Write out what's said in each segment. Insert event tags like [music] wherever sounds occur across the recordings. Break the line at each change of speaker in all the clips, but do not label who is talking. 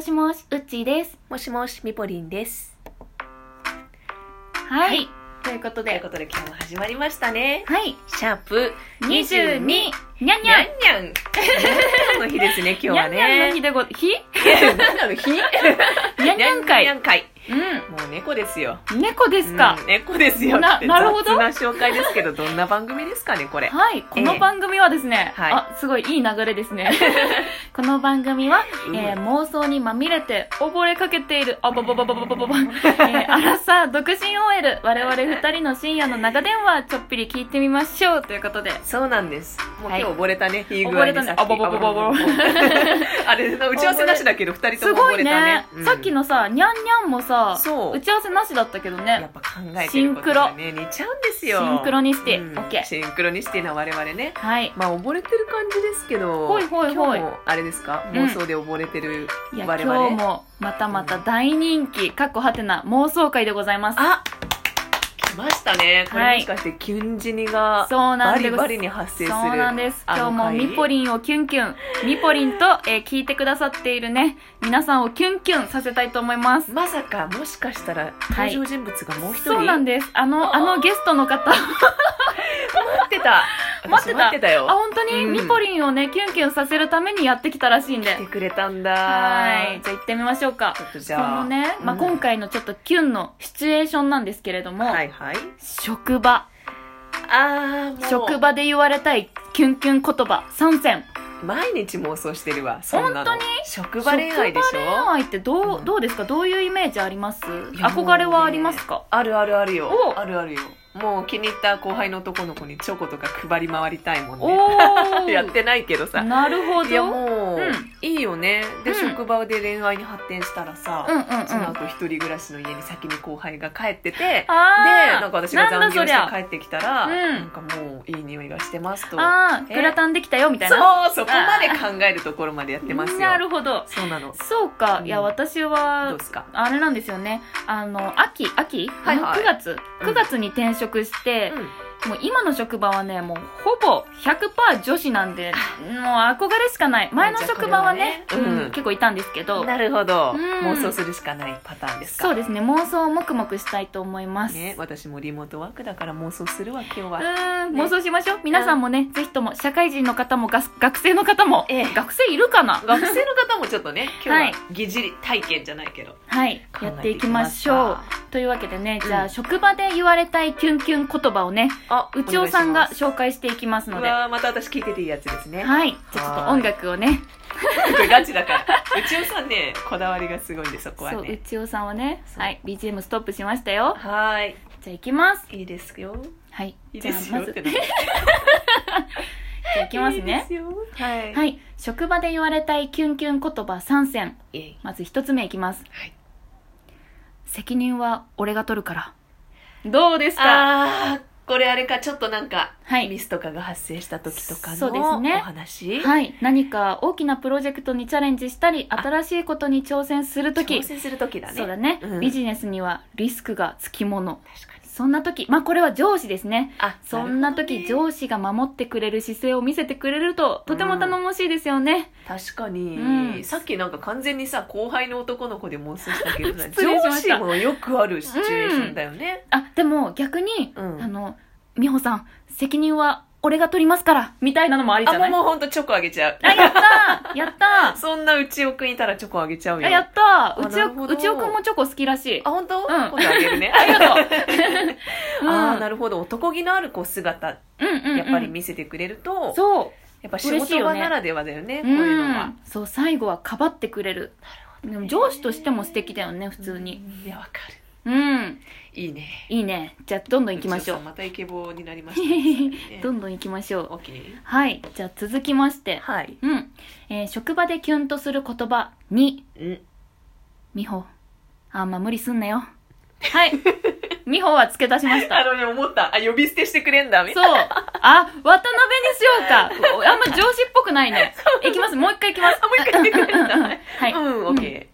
しもし、うっちーです。
もしもしみぽりんです。
はい。ということ
という
で、
ことで今日も始まりましたね。
はい。
シャープ
22、
22
にゃん
に
にゃ
ゃ
ん。
んにゃん。にゃんの日ですね今日はね。
にゃんにゃんの日でご、日
何なの日？に
にゃんにゃん会
にゃ。ん会。
う
もう猫ですよ。
ん。猫ですか
う。ん猫ですよ。
な
って
なるほど
雑な紹介ですけどどんな番組ですかねこれ。
はい。この番組はですね、
はい
あ、すごいいい流れです [laughs] ね。この番組は、えー妄想にまみれて溺れかけている、あばばばばばばばば、えー、アラサー独身 OL、我々二人の深夜の長電話、ちょっぴり聞いてみましょうということで。
そうなんです。もう
はい
今日溺れたね、いい具
溺
合
れ
に
たね
さっき
あぼぼぼぼぼ
あぼぼぼぼ [laughs] あれ、打ち合わせなしだけど、二人
す
とも
ご
溺
い
れたね
ね。。さっき
の、
のさ、にゃんにゃんもさ、
そう
打ち合わせなしだったけど
や
ね
っ。ぱ考えてることがね、似ちゃうんですよ。
シンクロニシティ
うん
オッケー
シンクロニシティな我々ね。
はい。
まあ、溺れてる感じですけど、
ほいほいほい
今日もあれですか、
うん
妄想で溺れてる
いや、
我
今
々。
日もまたまた大人気、かっこはてな妄想会でございます。
あ来ましたね。こ
は
れ
い
もしかして、キュンジニが、
そうな
バ
んで
リ
す。
バリに発生する。
そうなんです。今
あ
日
の
も
回
ミポリンをキュンキュン、ミポリンと、えー聞いてくださっているね、皆さんをキュンキュンさせたいと思います。
まさか、もしかしたら、
はい
登場人物がもう一人、
そうなんです。あの、
あ
あのゲストの方、あ、
待ってた。
[laughs] 待ってた
私待ってたよ。
本当に
うん
ミポリンをね、キュンキュンさせるためにやってきたらしいん
来て
で。
くれたんだ。
はい。
ち
じゃあ行ってみましょうか。
ょっとじ
こ
ゃあ。
のね、まあ、
うん
今回のちょっとキュンのシチュエーションなんですけれども、
はいはい。
職場、
ああ、
職。場で言われたいキュンキュン言葉3選。
毎日妄想してるわ。そんなの
本当に
職場恋愛でし
職場
ょ
恋愛ってどう、
うん
どうですかどういうイメージあります
や
憧れはありますか
あるあるある
お
よ。あるあるよ。もう気に入った後輩の男の子にチョコとか配り回りたいもん
お
ね。
ー
[laughs] やってないけどさ。
なるほど
いやもう、
うん
いいよね。で、
うん
職場で恋愛に発展したらさ、
うんうんうん
その後一人暮らしの家に先に後輩が帰ってて、で、
あー
なんか私が残業
なんだそりゃ
して帰ってきたら、
うん
なんかもういい匂いがしてますと。
あー
え
グラタンできたよみたいな
そう、そこまで考えるところまでやってますよ。
なるほど
そうなの。
そうか、
うん
いや私
ど
は
うですか
あれなんですよねあの秋秋、
はいはい
9月
うん
9月に転職して、もう今の職場はねもうほぼ100%女子なんでもう憧れしかない前の職場はね
じゃあこれはね
う、
うんん
結構いたんですけど
なるほど、
うん
妄想するしかないパターンですか。
そうですね妄想をもくもくしたいと思います、
ね、私もリモートワークだから妄想するわ、今日
う
は。
ーん
ね
妄想しましょう皆さんもね、ぜひとも社会人の方もが学生の方も、
ええ
学生いるかな
学生の方もちょっとね、今
はい
日は疑似体験じゃないけど。
はい
考
や
え
っていきましょうというわけでね
うん
じゃあ、職場で言われたいキュンキュン言葉をね
う。あ、
うちおさんが
お願いし
紹介していきます
ま
の
すう
で
わーまた私聞いてていいやつですね。
はいじゃあちょっと音楽をね
これガチだから。うちおさんね、こだわりがすごいんで、そこは
そうう
ね。
ちおさんはね
そう
はい BGM ストップしましたよ
はーい。
じゃあいきます
いいですよ。
はい
いい
じゃ
で
あ
す
ま
よ
ず
っ
じ
て
ゃ
な。
[laughs] あいきます
いいで
ね
すよ。はい。
はい職場で言われたいキュンキュン言葉3選
イエイ
まず一つ目いきます
はい。
責任は俺が取るからどうですか
あー、これあれか、ちょっとなんか、
はい
ミスとかが発生した時とか
そうです
の
ね
お話。
はい何か大きなプロジェクトにチャレンジしたり新しいことに挑戦する時
挑戦する時だね。
そうだね、
うん
ビジネスにはリスクがつきもの
確かに。
そんな時まあこれは上司ですね
あ、
そんな時
司。
上司が守ってくれる姿勢を見せてくれるととても頼もしいですよね、
確かに、
うん
さっきなんか完全にさ、後輩の男の子で妄想したけ
[laughs]
ど
失礼しま
上
し
司
た
もよくあるシチュエーションだよね。
あでも逆に、
うん
あの美穂さん責任は俺が取りますからみたいなのもありじ
あ、
ゃな
もう
い
もうほんとチョコあげちゃう。
あやったーやったー
[laughs] そんなうちおくんいたらチョコあげちゃうよ。
あやった
あ
ーうち
な
お
るほど
うちおくんもチョコ好きらしい
あ、本当？
ん
今 [laughs] 度あげ
[laughs]
るね。、
ありがとう
あーな
る
るほど。男気のあるこう姿、
うんうんうん、
やっぱり見せてくれると、
そう
やっぱ仕
嬉しい
事
よ
場
ね
ならではだよね、
う
こういうのは
ん。そう最後はかばってくれるでも上司としても素敵だよね普通に
うん。いや、わかる。
うん
いいね。
いいねじゃあどんどん行きましょう
うちおさんまたイケボになりましたね、
[laughs] ど
ん
んどん行きましょう
お気に入り
はいじゃあ続きまして
はい。
うん、えー職場でキュンとする言葉2
うん。
美穂あんま無理すんなよはい [laughs] 美穂は付け足しました
あのね、思った。あ、呼び捨てしてくれんだ、み
そ
た
う。あ、渡辺にしようか。おあんま上司っぽくないね。いきます。もう一回いきます。
あもう一回いくんだ
うんうんうんは
いう
い。
ん、オッケ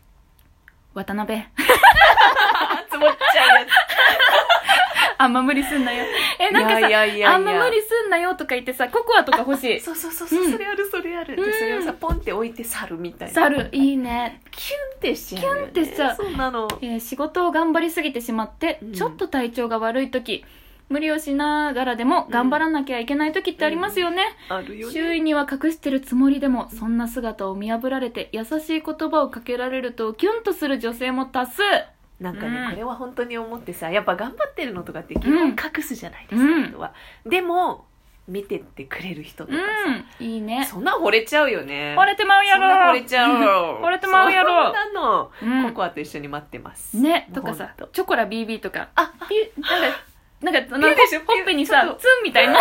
渡辺。
ー。あ、つぼっちゃうやつ。
あんま無理すんなよ。え、なんかさ、
いやいやいやいや
あんま無理すんなよとか言ってさ、ココアとか欲しい。
そうそうそうそう、
うん
それあるそれある、
うん
でそれをさポンって置いて去るみたいな
猿、いいね。
キュンってしちゃうよね、
キュンってしちゃう
そうなの
えー仕事を頑張りすぎてしまって、
うん
ちょっと体調が悪い時無理をしながらでも頑張らなきゃいけない時ってありますよね、
あるよね
周囲には隠してるつもりでもそんな姿を見破られて優しい言葉をかけられるとキュンとする女性も多数
なんかね、
うん
これは本当に思ってさやっぱ頑張ってるのとかって基本隠すじゃないですか、
うん
人はでも見てってくれる人とかさ、
うんいいね
そんな惚れちゃうよね
惚れてまうや
そんな惚
ろ
れちゃう
惚れてまうやろ
そんなの、
うん
ココアと一緒に待ってます
ね
も
と
う
かさ
ほん
チョコラ BB とか
あ
ピュなんかなんかそ
ピ
の
ュでしょ
ほっぺに
ピュちょ
さ
っと
ツンみたい
[laughs]
な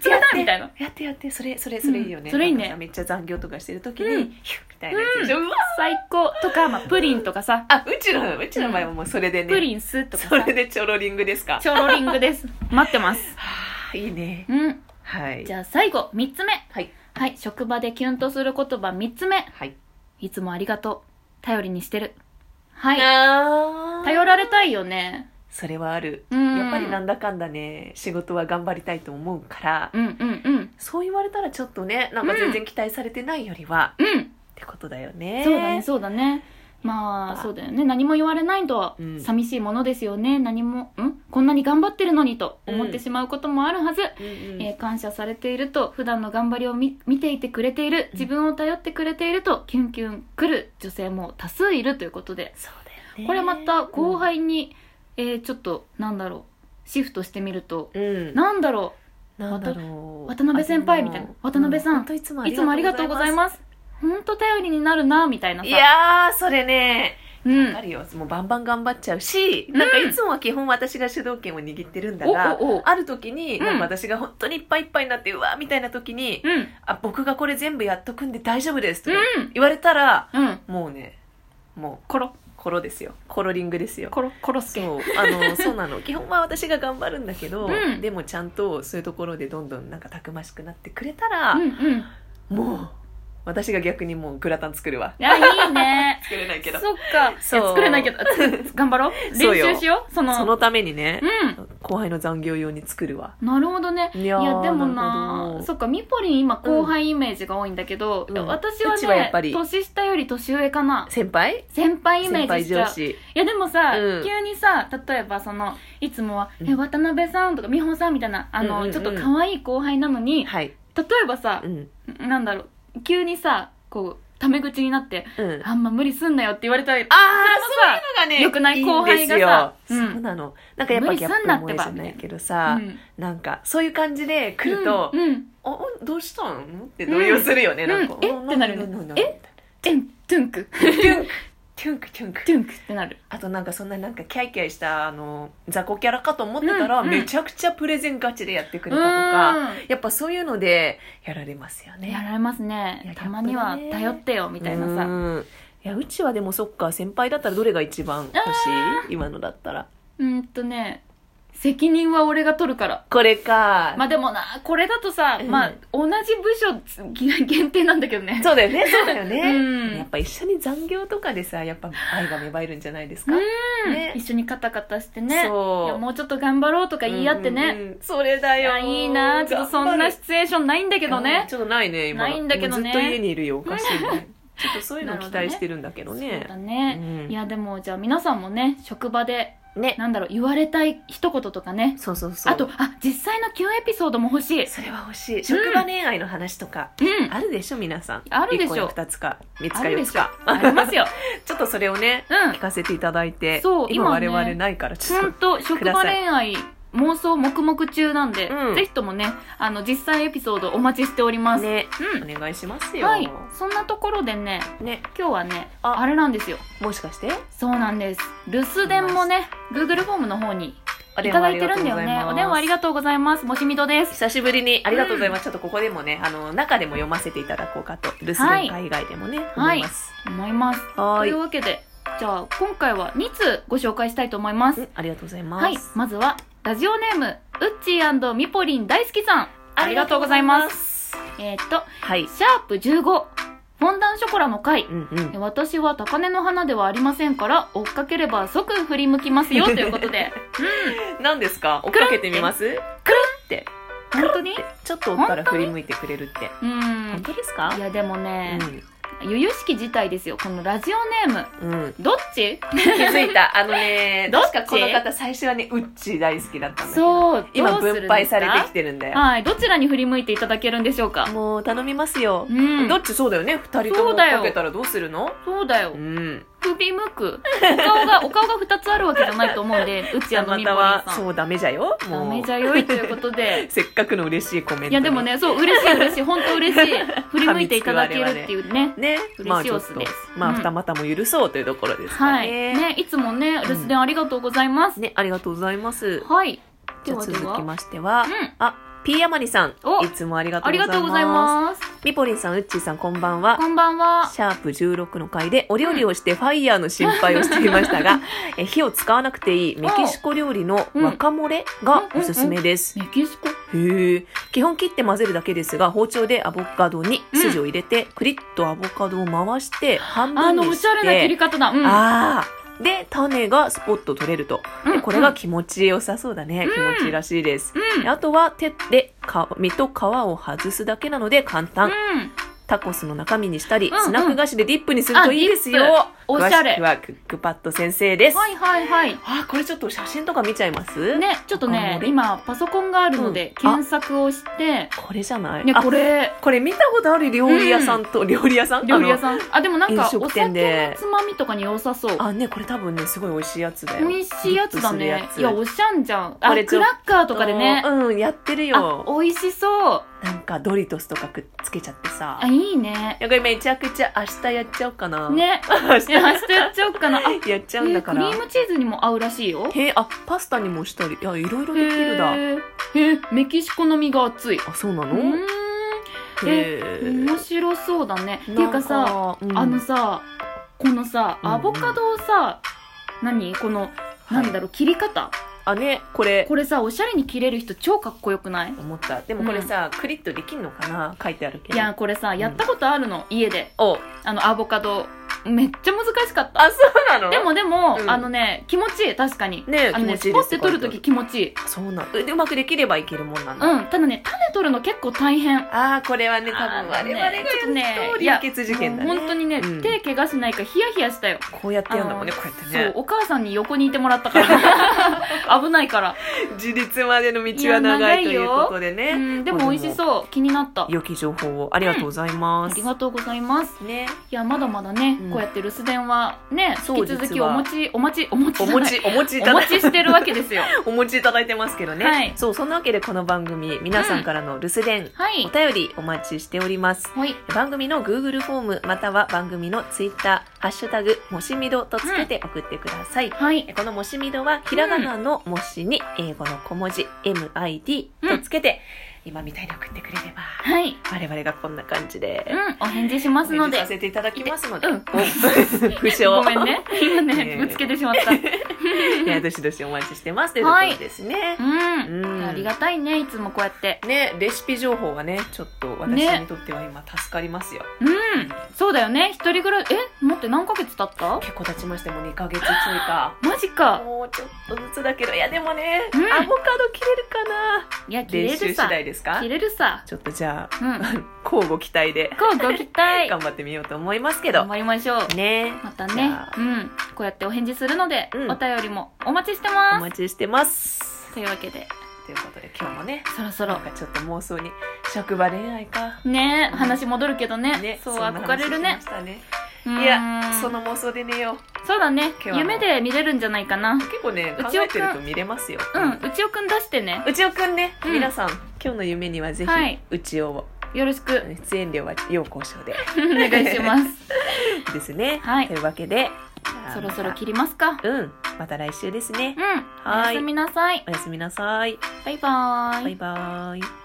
ツンだみたいな
やってやってそれそれそれいいよね、
うんそれいいね
なんかさめっちゃ残業とかしてる時に、
うん
ヒュッみたいなやつでしょ、うわ
最高とか、まあ、プリンとかさ
あうちのうちの場合はもうそれでね、
プリンスとか
そ
さ
れでチョロリングですか
チョロリング
[laughs]
です待ってます
はあいいね
うん
はい
じゃあ最後3つ目
はい
はい職場でキュンとする言葉3つ目
はい
いつもありがとう頼りにしてるはい
あー
頼られたいよね
それはある
うん
やっぱりなんだかんだね仕事は頑張りたいと思うから
うんうんうん
そう言われたらちょっとねなんか全然期待されてないよりは、
うん
ってことだよね
そうだねそうだねまあそうだよね何も言われないと
うん
寂しいものですよね、何もんこんなに頑張ってるのにと思ってしまうこともあるはず、
うんうん
えー感謝されていると普段の頑張りを見見ていてくれている自分を頼ってくれているとキュンキュンくる女性も多数いるということで
そうだよね
これまた後輩に、えーちょっとなんだろうシフトしてみると、
うん
なんだろ
なんだろう
渡辺先輩みたいな渡辺さん
う本当いつも
ういつもありがとうございます本当頼りになるなみたいなさ
いやーそれね
うん
あるよもうバンバン頑張っちゃうし、
うん
なんかいつもは基本私が主導権を握ってるんだが
おおお
ある時に、
うん
なんか私が本当にいっぱいいっぱいになってうわーみたいな時に、
うん
あ僕がこれ全部やっとくんで大丈夫ですとか
うん
言われたら、
うん
もうねもう
コロ
コロですよコロリングですよ
コロコロス
そ
ケ
う
[laughs]
あのそうなの基本は私が頑張るんだけど、
うん
でもちゃんとそういうところでどんどんなんかたくましくなってくれたら
うん、うんい
もう私が逆にもうグラタン作るわ
やいいね
[laughs] 作れないけ
そ
ど
っか
そう
いや作れないけど
[laughs]
頑張ろう
そうよ
練習しようその
そのためにね、
う
後輩の残業用に作るわ
んなるほどね
い
い
やー
やでも
るほ
な
ど
そっかみぽりん今後輩イメージが多いんだけど、
うん
私は
うち
ね
はやっぱり
年下より年上かな
先輩
先輩イメ
先
ー
輩
ジしちゃ
上
う
司
いやでもさ、
うん
急にさ例えばそのいつもは「
うん
え渡辺さん」とか「美穂さん」みたいなあの、
うんうんうん
ちょっと可愛い後輩なのに
はい、
例えばさ
う、ん
なんだろう急にさこうタメ口になって
うん
「あんま無理すんなよ」って言われたら
あ
さ
そういうのがね
良くない
んですよ
後輩がさうん
そうなのなんかやっぱギャップ萌えじゃないけどさ、
うん
なんかそういう感じで来ると「
うんうん
あおどうしたの?」って動揺するよね、
うん
なんか
う
「
んえ
お
ってなるよね
んえ
トゥントゥンク
トゥンクトゥンクトゥンク
トゥンクってなる
あとなんかそんななんかキャイキャイしたあの雑魚キャラかと思ってたら、
うんうん
めちゃくちゃプレゼンガチでやってく
う
れたとか、
ん
やっぱそういうのでやられますよね
やられますね
いや
たまには
ギャップだね
頼ってよみたいなさ
うんいやうちはでもそっか先輩だったらどれが一番欲しい今のだったら
うんんとね責任は俺が取るから
これか、
まあでもなこれだとさ、
うん
まあ同じ部署つぎ限定なんだけどね
そうだよねそうだよね、
うん
やっぱ一緒に残業とかでさやっぱ愛が芽生えるんじゃないですか、
うん
ね
一緒にカタカタしてねいや
そう
もうちょっと頑張ろうとか言い合ってね、
うんうんうんそれだ
い
よ
やいいなちょっとそんなシチュエーションないんだけど
頑張る
ね
ちょっとないね今
ないんだけどね
もうずっと家にいるよおかしいねちょっとそういうの期待してるんだけど
そう
ね
だね、
うん
いやでもじゃあ皆さんもね職場で
ね
なんだろう言われたい一言とかね
そうそうそう
あとあ実際のキュンエピソードも欲しい
それは欲しい職場恋愛の話とか、
うん
[laughs] あるでしょ皆さん
あるでしょ
1個や2つか3つ
あ
か
る
4
でし
つ
ょ
か
ありますよ
ちょっとそれをね、
うん
聞かせていただいて
そう
今
今ね
我々ないからちょっと、
本当職場恋愛妄想黙々中なんで、
うん
ぜひともねあの実際エピソードお待ちしております、
ね
う
お願いします
ん
よ、
はいそんなところでね
ね
今日はね
あ
あれなんですよ
もしかして
そうなんです留守電もね Google フォームの方に
お
い
電話
ただ
あ
い
り
て
が
る
と
ん
う
だ
ご
よ
ざい
ね
ます
お電話ありがとうございますもしみどです
久しぶりにありがとうございます、ちょっとここでもねあの中でも読ませていただこうかと留守電会以外でもね、思います
思います
は
と
ー
い
いう
わけでじゃあ今回は2通ご紹介したいと思います
うんありがとうございます、
はいまずはラジオネームうっちーみぽりん大好きさんありがとうございます
す
えーっと
はい
シャープ15フフォンダンショコラの回
う、んうん。
私は高根の花ではありませんから、追っかければ即振り向きますよということ
[laughs]
で。
何ですか追っかけてみます
本当に
ちょっと追ったら振り向いてくれるって。
う
本
ん。
当ですか
いやでもね、
う
由々しき事態ですよ。このラジオネーム、
ん。うん。
どっち
気づ
[laughs]
いた。あのね、
どっち
確かこの方最初はね、ウッチー大好きだったんだけど。
そう、
今
どうするん
分配されてき
で
てるんだ
すか
よ。
はい、どちらに振り向いていただけるんでしょうか。
もう頼みますよ
う。ん
ど。っちそうだよね二人とも追っかけたらどうするの
そうだよ
う。ん。
振り向く。お顔
[laughs]
が、お顔が2つあるわけじゃないと思うんで、うちや
あ
の
な
みぽ
た
り
は、
さん。
そうダメじゃよ。
ダ
もう
メじゃよいということで。
[laughs] せっかくの嬉しいコメント。
いやでも。ね、そう、嬉しい嬉しい、本当嬉し
[laughs]
い。振り向いていただけるっていうね。
ね。まあ
嬉しい
ちょっ
オス
と
です、
ま
う
あ
ん
二股も許そうというところですか
はい。
ね。
ね、いつもね、留守電ありがとうございます。
ね、ありがとうございます。
はい。
じ
で
ゃあ
はでは
続きましては
う、ん。
あ、ピーヤマリさん
お、
いつもありがと
あ
う
り
ござい
が
ます。
とうございます。
ミポリンさん、ウッチーさん、こんばんは。
こんばんは。
シャープ16の回でお料理をしてファイヤーの心配をしていましたが、 [laughs] え火を使わなくていいメキシコ料理のワカモレがおすすめです。
メキシコ
へえ。基本切って混ぜるだけですが、包丁でアボカドに筋を入れて、クリッとアボカドを回して、半
あ
分
の、お
に
しゃれな切
し
り
て、
方だ。うん。
ああ。で、種がスポッと取れると。
う
で
ん
これが、気持ち良さそうだね。気持ちいいらしいです。
うん。うん。
あとは手で皮身と皮を外すだけなので簡単。
うん
タコスの中身にしたり、
うんうん
スナック菓子でディップにするといいです
あディ
よ。
おしゃれ
詳しくはクックパッド先生です。
はいはいはい。
あ、これちょっと写真とか見ちゃいます
ね、ちょっと
ここ
ね
ま、で
今、パソコンがあるので、
うんあ
検索をして、
これじゃない、
ね、
あ
これ、
これ見たことある料理屋さんと、料理屋さん
料理屋
ん
さん。あ、でもなんか
飲、
お
食
酒
店で
のつまみとかに良さそう
あ。のあ、ね、これ多分ね、すごい美味しいやつだよ。
美味しいやつだ
ディ
ね
ップ。す
い
るや
や、
つ
おしゃんじゃん。あ
こ、れち
ク
ょ
ラッカーとかでね。
うん、やってる
あ、
よ。
美味しそう。
なんかドリトスとかくっつけちゃってさ
あ、。いいね。
いや、これめちゃくちゃ明日やっちゃおうかな。。
ね。
[laughs] 明
い
日
や、明日やっちゃおうかな。あ
やっちゃうんだか
え
ら
ーク。リームチーズにも合うらしいよ。
へえ、あ、パスタにもしたり。いや、いろいろできるだ。
へーへーメキシコの実が厚い。
あ、そうな
う
の、
ー
へ
ん。
え。
面白そうだね。ってい
な
うんかさ、、
うん
あのさ、このさ、
うんうん
アボカドをさ、何この、
はい
なんだろう、切り方。
あねこれ
これさ、おしゃれに切れる人超かっこよくない
思ったでもこれさ、クリッとできんのかな書いてあるけど
いや、これさ、
ん
やったことあるの、家で。
お
あの、アボカド。めっちゃ難しかった。
あそうなの
でもでも、
うん
あのね、気持ちいい、確かに。
ね
あのね、ス
気持ちいい
ポ
で
ッ
す
て取るとき気持ちいい。
そうなのえでうまくできればいけるもんなの、
うん。ただね、種取るの結構大変。
ああこれはね多
あー
分我々がやる
ちょっとね
と
いや
流血事件だ
もう
ね
本当にね、
うん
手怪我しないかヒヤヒヤしたよ。
こうやってやるんだもんねこうやって
そう
ね、
お母さんに横にいてもらったから。
[laughs]
危ないから。
自立までの道は長
いや長
い
い
と
よ
いうことで
う
ね、
ん、でも美味しそう。気になった。
良き情報をありがとうござい
あ
ます、
りがとうございます。
ね
いや、まだまだね、
うん
こうやって留守電はね、
そう
引き続き
実
お
は
持ち、お待ち、お持ち
お
じゃない
餅お餅い
お
ただ
持ちしてるわけ
[laughs]
ですよ。
お餅いただいてますけどね、
はい
そうそんなわけでこの番組皆さんからの留守電、
はい
お。便りお待ちしております
はい。
番組の Google フォームまたは番組の Twitter「ハッシュタグもしみど」とつけて送ってください、
はい。
このもしみどはひらがなのもしに英語の小文字 MID
うん
とつけて、今みたいに送ってくれれば
はい。
我々がこんな感じで
う、ん、お返事しますの
お返事さ
で。
せていただきますので、
うん [laughs]
お不詳
ごめんね。今
ね
ね、
え
ぶつけてしまった。
いやどしどしお待ちしてますということですね、
うん。
うん
ありがたいね、いつもこうやって。
ねレシピ情報はねちょっと私にとっては今助かりますよ、
うん。そうだよね。一人ぐらい、え待って、何ヶ月経った
結構経ちましてもう2ヶ月ちょいか
マジか。
もうちょっとずつだけどいやでもね、
うん
アボカド切れるかない
や、切
練
れ
習
る
次
さ。
第ですか
切れるさ。
ちょっとじゃあ [laughs]
うん。
交互期待で
こうご期待。
頑張ってみようと思いますけ
頑
ど
張りましょう。
ね
また
じ
ね
ゃあ。
うん。こうやってお返事するので、
うん
お便りもお待ちして
お
ます。
待ちしてます
というわけで、
ということで今日もね
そろそ
なん
ろ。
かちょっと妄想に職場恋愛か
ね
うん
話戻るけどね
ね。
そうん
な話
憧れる
しま
ね
し。たね
い
いやその妄想で寝よう
そうだね
今日は
夢で見れるんじゃないかな
結構ね
う
考
ちおくん
えてると見れますよ
うんうちおくん出してね
うちおくんね、
うん
皆さん今日の夢にはぜひ、
はいう
ちおを
よろし
[laughs]
く
出演料は要交渉で
お願いします
ですね、
[laughs] はい
というわけで
そろそろ
き
切りますか
うんまた来週ですね
うんお
は
や
い
すみなさい
おやすみなさい
バイバーイ
バイバイ